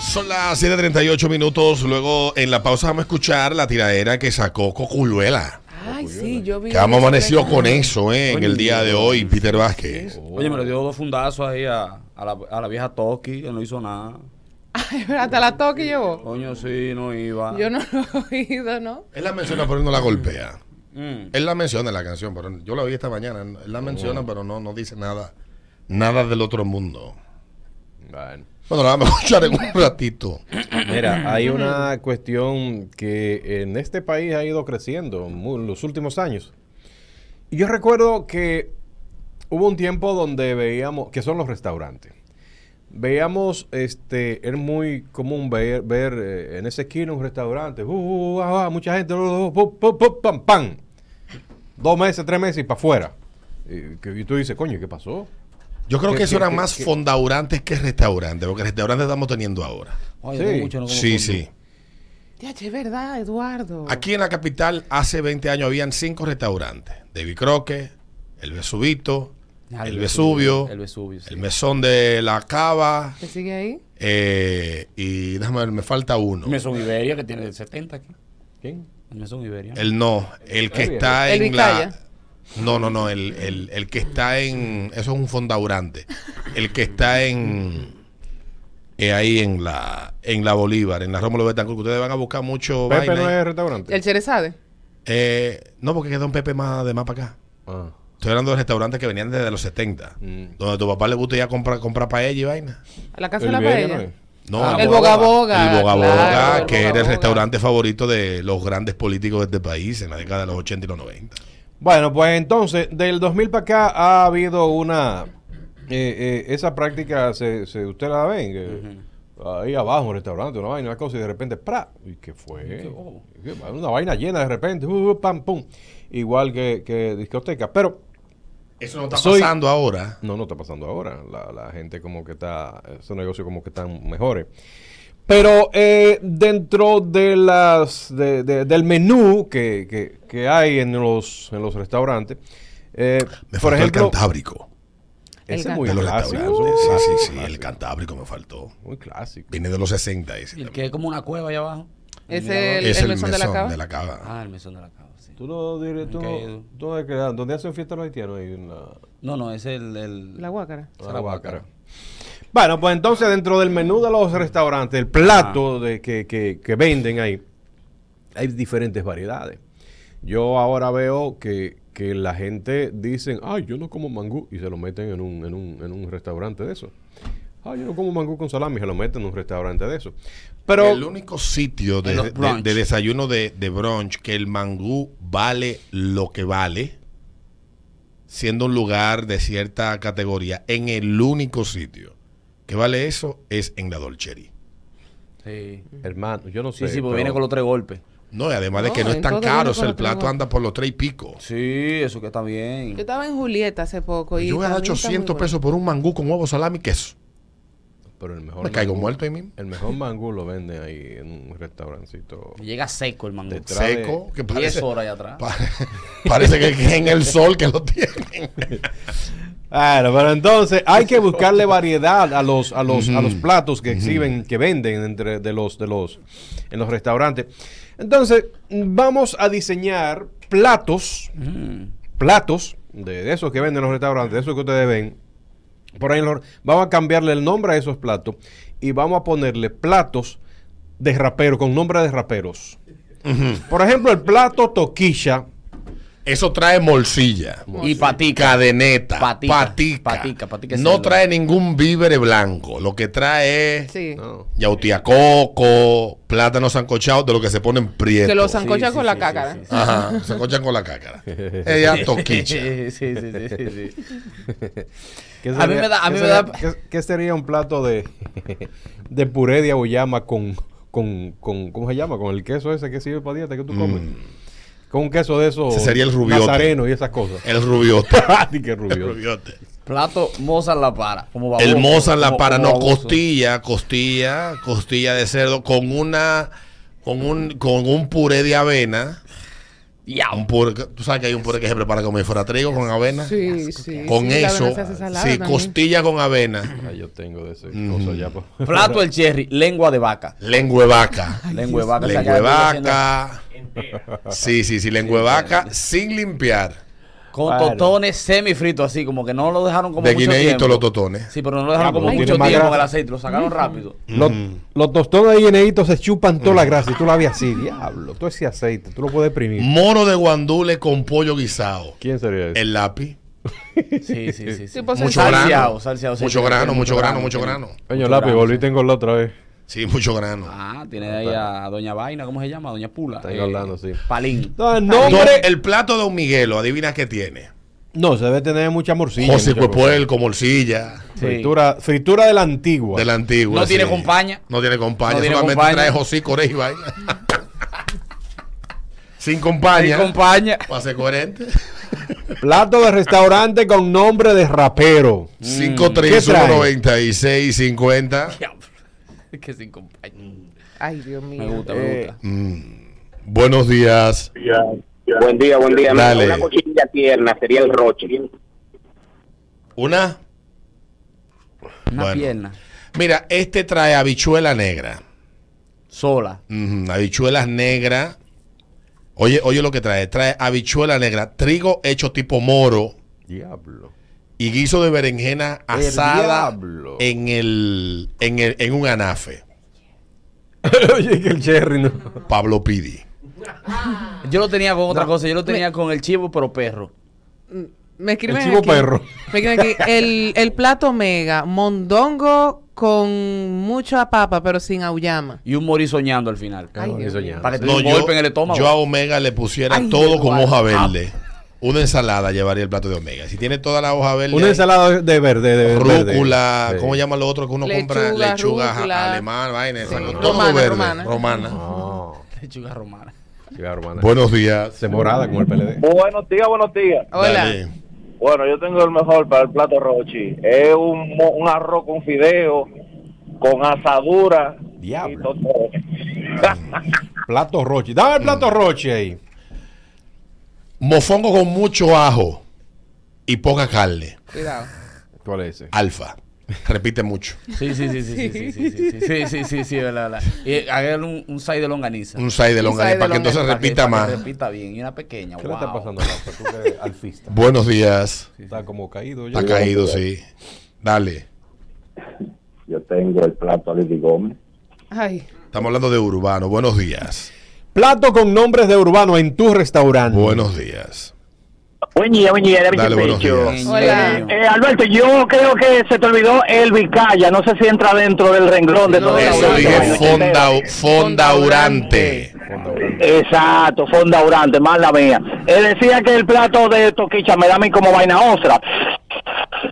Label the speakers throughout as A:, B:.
A: Son las 7.38 minutos. Luego, en la pausa, vamos a escuchar la tiradera que sacó Coculuela.
B: Ay, sí, yo vi.
A: Que hemos
B: eso,
A: amanecido
B: que-
A: con eso eh, en el día de hoy, Peter Vázquez.
C: Oye, me lo dio dos fundazos ahí a, a la, a la vieja Toki, que no hizo nada.
B: Ay, pero hasta la toque llevó.
C: Coño, sí, no
A: Ah.
C: iba.
B: Yo no lo he oído, ¿no?
A: Él la menciona, pero él no la golpea.
C: Mm.
A: Él la menciona en la canción, pero yo la vi esta mañana. Él la menciona, pero no, no dice nada. Nada del otro mundo.
D: Bueno.
A: Bueno, la vamos a escuchar en un ratito.
D: Mira, hay una cuestión que en este país ha ido creciendo mu- en los últimos años. Y yo recuerdo que hubo un tiempo donde veíamos, que son los restaurantes. Veíamos, este, era muy común ver, ver eh, en esa esquina un restaurante, uh, uh, uh, ah, ah, mucha gente, uh, uh, pu- pu- pu- pam, pam. Dos meses, tres meses y para afuera. Y, que- y tú dices, coño, ¿qué pasó?
A: Yo creo
D: ¿Qué-
A: que eso
D: qué-
A: eran
D: qué-
A: más
D: qué?
A: fondaurantes que restaurantes, porque restaurantes estamos teniendo ahora.
C: Ay,
D: Sí.
C: tengo mucho, no como
A: Sí,
C: fondo.
A: sí.
B: Ya, es verdad, Eduardo.
A: Aquí en la capital hace 20 años habían cinco restaurantes. David Croque, El Vesubito,
C: Ah,
A: El Vesubio,
C: El Vesubio, sí.
A: El Mesón de la Cava
B: ¿Te sigue ahí?
A: eh, y déjame ver, me falta uno.
C: El Mesón Iberia, que tiene el 70 aquí.
D: ¿Quién?
C: El Mesón Iberia.
A: El no, el que
D: El
A: está
B: El
A: en la...
B: Vizcaya.
A: No, no, no, el, el- el que está en... Eso es un fondaurante. El que está en... eh, ahí en la en la Bolívar, en la Rómulo Betancourt, que ustedes van a buscar mucho...
D: Pepe
A: vaina
D: no
A: ahí.
D: es restaurante.
B: El Cherezade.
A: Eh, no, porque queda un Pepe más de más para acá.
D: Ah.
A: Estoy hablando de restaurantes que venían desde los 70.
D: Mm.
A: Donde a tu papá le gusta ya comprar, comprar paella y vaina.
B: A la casa
D: El
B: de la
D: Iberia
B: paella.
D: no es.
A: No,
D: Ah,
B: el Boga
D: Boga Boga.
B: Boga.
A: el Boga
B: claro,
A: Boga,
B: el
A: que
B: Boga
A: era el
B: Boga.
A: restaurante favorito de los grandes políticos de este país en la década de los 80 y los 90.
D: Bueno, pues entonces, del 2000 para acá ha habido una... eh, eh, esa práctica, se, se- usted la ven, que ahí abajo, un restaurante, una vaina, una cosa, y de repente, ¡pra! ¿Y qué fue?
C: Qué bobo.
D: Qué va- Una vaina llena de repente, uh, uh, pam, pum. Igual que, que discoteca. Pero
A: Eso no está
D: Soy-
A: pasando ahora.
D: no, no está pasando ahora. La, la gente como que está, esos negocios como que están mejores. Pero eh, dentro de las de- de- del menú que, que- que hay en los, en los restaurantes, eh,
A: Me
D: por
A: faltó el
D: ejemplo,
A: Cantábrico.
D: ese
B: El
D: es muy
A: de los
D: clásico.
A: restaurantes.
D: Uh,
A: Sí, sí, sí. El Cantábrico me faltó.
D: Muy clásico.
A: Viene de los 60 ese.
C: Y el
A: también.
C: que es como una cueva allá abajo.
B: Es
C: mirador.
B: el-
A: es el,
B: mesón de la
A: mesón
B: cava.
A: de la cava.
C: Ah, el Mesón de la Cava, sí.
D: Tú no diré, tú,
C: Ok.
D: tú no creas, ¿dónde hacen fiesta los haitianos? Ahí en la,
C: No, no, es el... el
B: La guácara.
D: Sarahuácara. Bueno, pues entonces dentro del menú de los restaurantes, el
C: Ah.
D: plato de, que, que- que venden ahí, hay diferentes variedades. Yo ahora veo que, que la gente dicen, ay, yo no como mangú, y se lo meten en un, en un, en un restaurante de eso. Ay, yo no como mangú con salami, y se lo meten en un restaurante de eso. Pero
A: el único sitio de,
C: En los
A: de-
C: brunch.
A: de desayuno de, de brunch que el mangú vale lo que vale, siendo un lugar de cierta categoría, en el único sitio que vale eso es en la Dolceri.
C: Sí.
D: hermano, yo no sé.
C: Sí, sí,
D: pero-
C: porque viene con los tres golpes.
A: No, y además de
B: No,
A: que no es
B: en
A: tan
B: todo
A: caro,
B: viene
A: o sea,
B: con
A: el
B: otro
A: plato
B: lugar.
A: anda por los tres y pico.
C: Sí, eso que está bien.
B: Yo estaba en Julieta hace poco. Y
A: Yo voy a dar
B: también está muy
A: 800
B: bueno.
A: pesos por un mangú con huevo, salami y queso.
D: pero el mejor
A: Me caigo
D: mangú-
A: muerto ahí mismo.
D: El mejor mangú lo venden ahí en un restaurancito.
C: Llega seco el mango.
D: Te trae
A: Seco, que
C: 10
A: parece,
C: horas allá atrás.
A: pa- parece que es en el sol que lo tienen.
D: Claro, pero entonces hay que buscarle variedad a los a los a los platos que exhiben, que venden entre de los de los en los restaurantes. Entonces, vamos a diseñar platos,
C: Mm.
D: platos de, de esos que venden en los restaurantes, de esos que ustedes ven. Por ahí en los- vamos a cambiarle el nombre a esos platos y vamos a ponerle platos de rapero con nombre de raperos. Por ejemplo, el plato toquilla
A: Eso trae morcilla.
C: Y patica.
A: Cadeneta.
C: Patica,
A: Patica.
C: patica, patica es
A: no
C: cerdo.
A: trae ningún víver blanco. Lo que trae es
B: Sí.
D: no,
A: yautiacoco, plátano sancochado, de lo que se ponen prietos.
B: Que lo sancocha
C: Sí, sí,
B: con la ¿eh?
C: sí,
B: cácara.
C: sí, sí,
A: Ajá, sancochan con la cácara. Ella toquicha.
C: sí, sí, sí, sí, sí.
D: ¿Qué
C: A mí me da- a
D: qué
C: mí me
D: sería-
C: da-
D: qué- qué sería un plato de, de puré de auyama con, con, con. ¿Cómo se llama? Con el queso ese que sirve para dieta que tú comes. Con un queso de esos.
A: Mm. Ese sería el rubiote.
D: Nazareno y esas cosas.
A: El rubiote.
D: Ay, qué
A: El
D: rubiote.
A: rubiote.
C: Plato Mozart la para. Como baboso,
A: El moza la
C: como-
A: para,
C: como
A: no,
C: baboso.
A: costilla, costilla, costilla de cerdo con una, con un, con un puré de avena Un puré, que- tú sabes que hay un puré que se prepara como si fuera trigo con avena.
B: Sí, sí.
A: Con
B: sí, la
A: eso,
B: avena se hace salada
A: sí,
B: también.
A: costilla con avena,
D: Ah, yo tengo de ese
A: Mm.
D: cosa ya. pues.
C: Plato el cherry, lengua de vaca.
A: lengua de vaca.
C: Lengua de vaca. esa
A: Lengua
C: que
A: de
C: haciendo
A: vaca. Sí, sí, sí, lengua de vaca sin limpiar.
C: Con
E: Claro.
C: totones semifritos, así como que no lo dejaron como
A: De
C: mucho
A: guineíto
C: tiempo.
A: los totones.
C: Sí, pero no lo dejaron
D: pero
C: como
D: tiene
C: mucho
D: más
C: tiempo en el
D: grasa.
C: aceite, lo sacaron rápido.
D: Los,
A: Mm.
D: los tostones de guineitos se chupan toda la grasa y tú la ves así, diablo. Tú ese aceite, tú lo puedes exprimir.
A: Moro de guandule con pollo guisado.
D: ¿Quién sería ese?
A: Mm. El lápiz.
C: Sí, sí, sí. sí.
B: Sí, pues,
A: Mucho
B: salseado,
A: grano.
C: salseado, sí,
A: Mucho
C: tiene-
A: grano,
C: tiene
A: mucho
C: mucho
A: grano,
C: grano,
A: mucho
C: tiene-
A: grangos.
D: Coño, lápiz,
C: grano,
D: volviste a engordar otra vez.
A: Sí, mucho grano.
C: Ah, tiene ahí a Doña Vaina, ¿cómo se llama? Doña Pula. Eh,
D: Está engordando, sí.
C: Palín.
D: No, el
A: Don-
D: nombre-
A: el plato de Don Miguelo, adivina qué tiene.
D: No, se debe tener mucha morcilla.
A: José
D: mucha cosa.
A: Cuepuelco, morcilla.
C: Sí.
D: Fritura, fritura de la antigua.
A: De la antigua.
C: No tiene compañía.
A: No tiene compañía.
C: No tiene
A: solamente
C: compañía.
A: trae José Corey y vaina. Sin compañía.
C: Palín compañía.
A: Para ser coherente.
C: Mm.
D: Plato de restaurante con nombre de rapero.
A: 5319650.
C: Diablo. Es que sin compañía.
B: Ay, Dios mío.
C: Me gusta, me gusta.
A: Buenos días.
E: Buen día, buen día. Mira,
A: Dale.
E: Una cochinilla tierna sería el roche.
A: Una.
C: Una
A: Bueno.
C: pierna
A: Mira, este trae habichuela negra.
C: sola.
A: Ujú, habichuelas negras. Oye, oye lo que trae. Trae habichuela negra, trigo hecho tipo moro
D: Diablo.
A: y guiso de berenjena
D: El
A: asada
D: diablo.
A: en el, en el en un anafe.
D: Oye, que el cherry no.
A: Pablo Pidi.
C: Yo lo tenía con otra cosa, yo lo tenía con el chivo, pero perro.
B: Me escriben
D: El chivo
B: aquí-
D: perro.
B: Me escriben aquí, el, el plato mega, mondongo con mucha papa, pero sin auyama.
C: Y un morir soñando al final.
B: Ay, Dios
D: eso
B: mío.
D: ya.
C: Para que te dé
A: No,
C: un
A: yo,
C: golpe en el estómago.
A: yo a Omega le pusiera
B: Ay, Ah.
A: todo con
B: igual.
A: hoja verde. Una ensalada llevaría el plato de Omega. Si tiene toda la hoja verde,
D: Una
A: ahí,
D: ensalada de verde. De verde.
A: rúcula,
D: Sí.
A: ¿cómo llaman lo otro que uno compra?
B: Lechuga,
A: Lechuga
B: rúcula.
A: alemana, vaina, esa
B: Sí.
A: cosa.
B: Romana,
A: todo verde. Romana.
B: romana.
D: Ah,
C: Lechuga romana.
D: ciudad romana.
A: Buenos días.
D: Se morada como el PLD.
F: Buenos días, buenos días.
B: Hola.
A: Dale.
F: Bueno, yo tengo el mejor para el plato Rochi. Es un, mo- un arroz con fideo, con asadura.
D: Diablo.
F: Y totones.
D: Plato roche. Dame el plato roche ahí.
A: Mofongo con mucho ajo y poca carne.
B: Cuidado.
D: ¿Cuál es ese?
A: Alfa. Repite mucho.
C: Sí, sí, sí, sí, sí, sí, sí, sí, sí, sí, sí, sí, sí, verdad, verdad. Y hágale un, un side de longaniza.
A: Un side de longaniza
B: side
A: para
B: de
A: que entonces
B: longaniza,
A: repita
C: Para que
A: más.
C: repita bien. Y una pequeña,
D: ¿Qué
C: wow.
D: le está pasando a Rafa? Tú que eres alfista.
A: Buenos días.
D: Está como caído.
A: Está caído, sí. Dale.
G: Yo tengo el plato de Gómez.
B: Ay,
A: Estamos hablando de urbano. Buenos días.
D: Plato con nombres de urbano en tu restaurante.
A: Buenos días.
G: Buen día, buen día, David
A: Dale, buenos
G: Pecho.
A: días.
C: Pequeño.
B: Hola.
G: Eh, Alberto, yo creo que se te olvidó el Vizcaya. No sé si entra dentro del renglón de todo
A: Eso
G: el-
A: dije
G: Bueno,
A: fonda, fondaurante.
G: Exacto, Fonda Urante, más la mía. Eh, decía que el plato de Toquicha me da a mí como vaina ostra.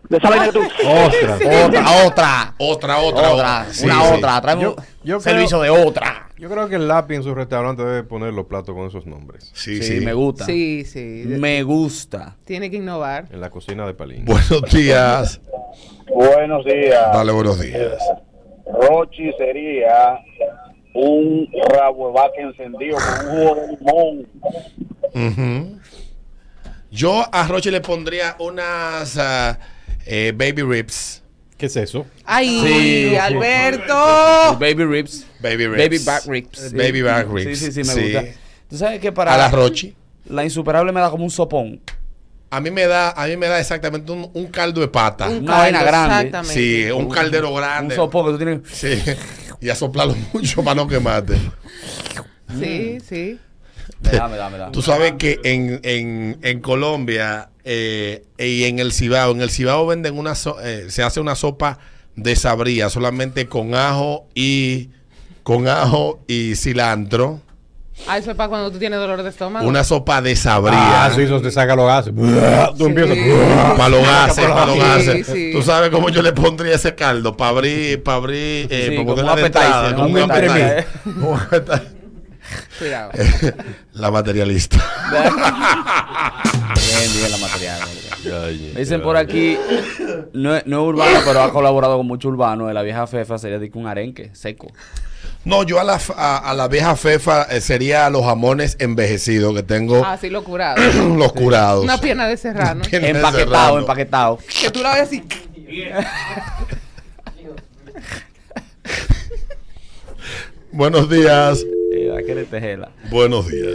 G: ¿De esa vaina que tú?
D: Ostras.
C: Otra, otra.
A: Otra, otra,
C: Otra.
A: Oh, Sí,
C: Una
A: sí.
C: otra. Trae
D: Yo-
C: un
D: yo
C: servicio de otra.
D: Yo creo que el lápiz en su restaurante debe poner los platos con esos nombres.
A: Sí,
C: Sí,
A: sí.
C: me gusta.
B: sí, sí.
C: Me gusta.
B: Tiene que innovar.
D: En la cocina de Palín.
A: Buenos días.
F: Buenos días.
A: Dale, buenos días.
F: Rochi sería un rabo de vaca encendido con un jugo de
A: Ujú.
F: limón.
A: Yo a Roche le pondría unas ah, eh, baby ribs.
D: ¿Qué es eso?
B: Ay,
C: Sí, sí.
B: Alberto.
C: Baby ribs.
A: Oh. Baby ribs.
C: Baby back ribs.
A: Eh, Baby back ribs.
C: Sí, sí, sí, me gusta. Tú sabes que para
A: A la Rochi.
C: la insuperable me da como un sopón.
A: A mí me da, a mí me da exactamente un, un caldo de pata.
B: Un
C: Una vaina
B: caldo,
C: grande.
B: Exactamente.
A: Sí, un caldero
C: Un
A: grande.
C: sopón que tú tienes.
A: Sí. Y a soplarlo mucho para no quemarte.
B: Sí, sí.
C: Dame, dame, dame.
A: Tú sabes que en, en, en Colombia eh, y en el Cibao, en el Cibao venden una so- eh, se hace una sopa de sabría solamente con ajo y con ajo y cilantro,
B: Ah, eso es para cuando tú tienes dolor de estómago.
A: una sopa de sabría.
D: Ah, sí, eso te saca los gases. Tú
B: Sí.
D: empiezas.
A: Para los gases, para los
B: Sí,
A: gases.
B: sí.
A: Tú sabes cómo yo le pondría ese caldo para abrir, para abrir, eh,
C: Sí,
A: pa'
C: como
A: ponerle
C: un
A: de entrada,
C: appetizer,
A: como
C: un
A: un
C: appetizer.
A: appetizer. Como un appetizer.
B: Cuidado.
A: la materialista.
C: Bien, bien la material. bien. Me dicen por aquí, no es, no es urbano, pero ha colaborado con mucho urbano. La vieja Fefa sería de que un arenque seco.
A: No, yo a la, f- a, a la vieja fefa eh, sería los jamones envejecidos que tengo
B: Así lo curado.
A: los curados.
B: Ah, Una pierna de serrano.
A: Pierna de
C: Empaquetado,
A: serrano.
C: empaquetado.
B: Que tú la ves así.
A: Buenos días.
C: Eh, ¿a qué le tejela?
A: Buenos días.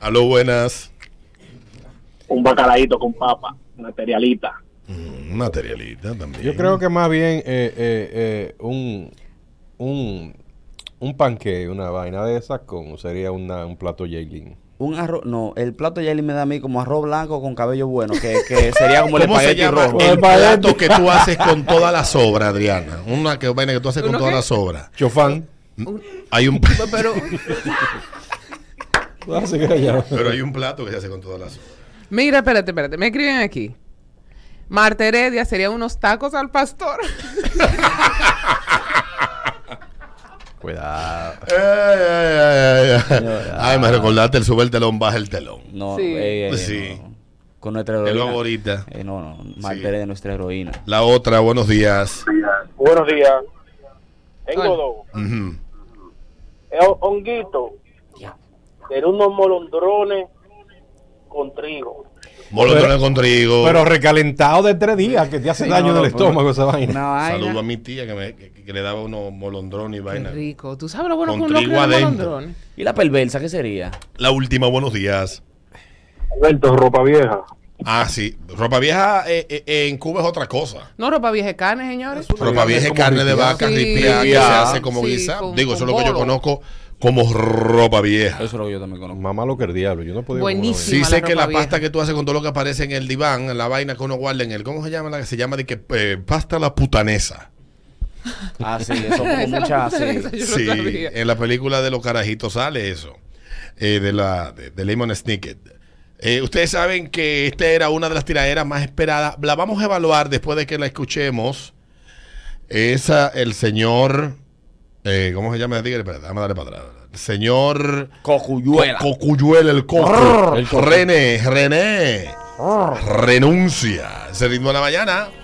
A: Aló, buenas.
E: Un bacalaíto con papa, materialita.
A: Mm, materialista también.
D: Yo creo que más bien eh, eh, eh, un, un, un panque, una vaina de esas, con, sería una- un plato Jaylin.
C: Un arroz, no, el plato ya me da a mí como arroz blanco con cabello bueno, que, que sería como el
A: ¿Cómo se
C: espagueti
A: llama
C: rojo.
A: el plato que tú haces con toda la sobra, Adriana? Una que vaina que tú haces con
B: ¿Uno
A: toda
B: qué?
A: la sobra. Mm,
D: Chofán.
A: Hay un
B: Pero,
D: Así que ya.
A: pero hay un plato que se hace con toda la sobra.
B: mira, espérate, espérate. Me escriben aquí. Marta Heredia sería unos tacos al pastor.
C: Cuidado.
A: Ay, ay, ay, ay, ay.
C: Señora.
A: Ay, me recordaste el sube el telón, baja el telón.
C: No,
B: Sí.
C: eh, eh,
A: Pues Sí.
C: no. Con nuestra
A: Te lo
C: heroína.
A: hago ahorita.
C: Eh, no, no, Martere de nuestra heroína.
A: La otra, buenos días.
F: Buenos días.
B: Hola.
F: Tengo dos.
A: Ujú.
F: Es un honguito. Sería unos molondrones con trigo.
A: Molondrones con trigo.
D: Pero recalentado de tres días, que te hace
C: Sí,
D: daño
C: no,
D: del
C: no,
D: estómago
C: pero-
D: esa vaina.
C: Una
A: Saludo a
C: vaina.
A: mi tía que, me, que- que le daba unos molondrones y
B: Qué
A: vaina.
B: rico. ¿Tú sabes lo bueno
A: Con
B: que un locro
A: trigo
B: de
A: adentro.
B: molondrón?
C: ¿Y la perversa qué sería?
A: La última, buenos días.
F: Alberto, ropa vieja.
A: Ah, sí. Ropa vieja eh, eh, eh, en Cuba es otra cosa.
B: No, ropa vieja de carne, señores.
A: Ropa vieja es
D: como
A: carne de
D: ripiá.
A: vaca,
B: Sí.
A: ripiá, que se
C: Ripiá.
A: hace como
B: Sí,
A: guisa.
B: con-
A: Digo, eso es lo que yo
B: con bolo.
A: conozco como ropa vieja.
C: Eso es lo que yo también conozco.
D: Mamá lo que el diablo, yo no podía. comer una vaina.
B: Buenísimo.
A: Sí
B: la
A: sé que
B: ropa
A: la
B: vieja.
A: pasta que tú haces con todo lo que aparece en el diván, en la vaina que uno guarda en el... ¿Cómo se llama? La que se llama de que eh, pasta la putanesa.
C: Ah, sí, eso como
B: Esa la
C: muchas.
B: puse en
C: sí.
B: esa, yo no
A: Sí,
B: sabía.
A: en la película de los carajitos sale eso, eh, de la de, de Lemon Snicket. Eh, ustedes saben que esta era una de las tiraderas más esperadas. La vamos a evaluar después de que la escuchemos. Esa, el señor, eh, ¿cómo se llama? Dígale, espérate, déjame darle para atrás. El señor
C: Cocuyuela.
A: Cocuyuela, el coco. René, René. Renuncia. Ese ritmo de la mañana.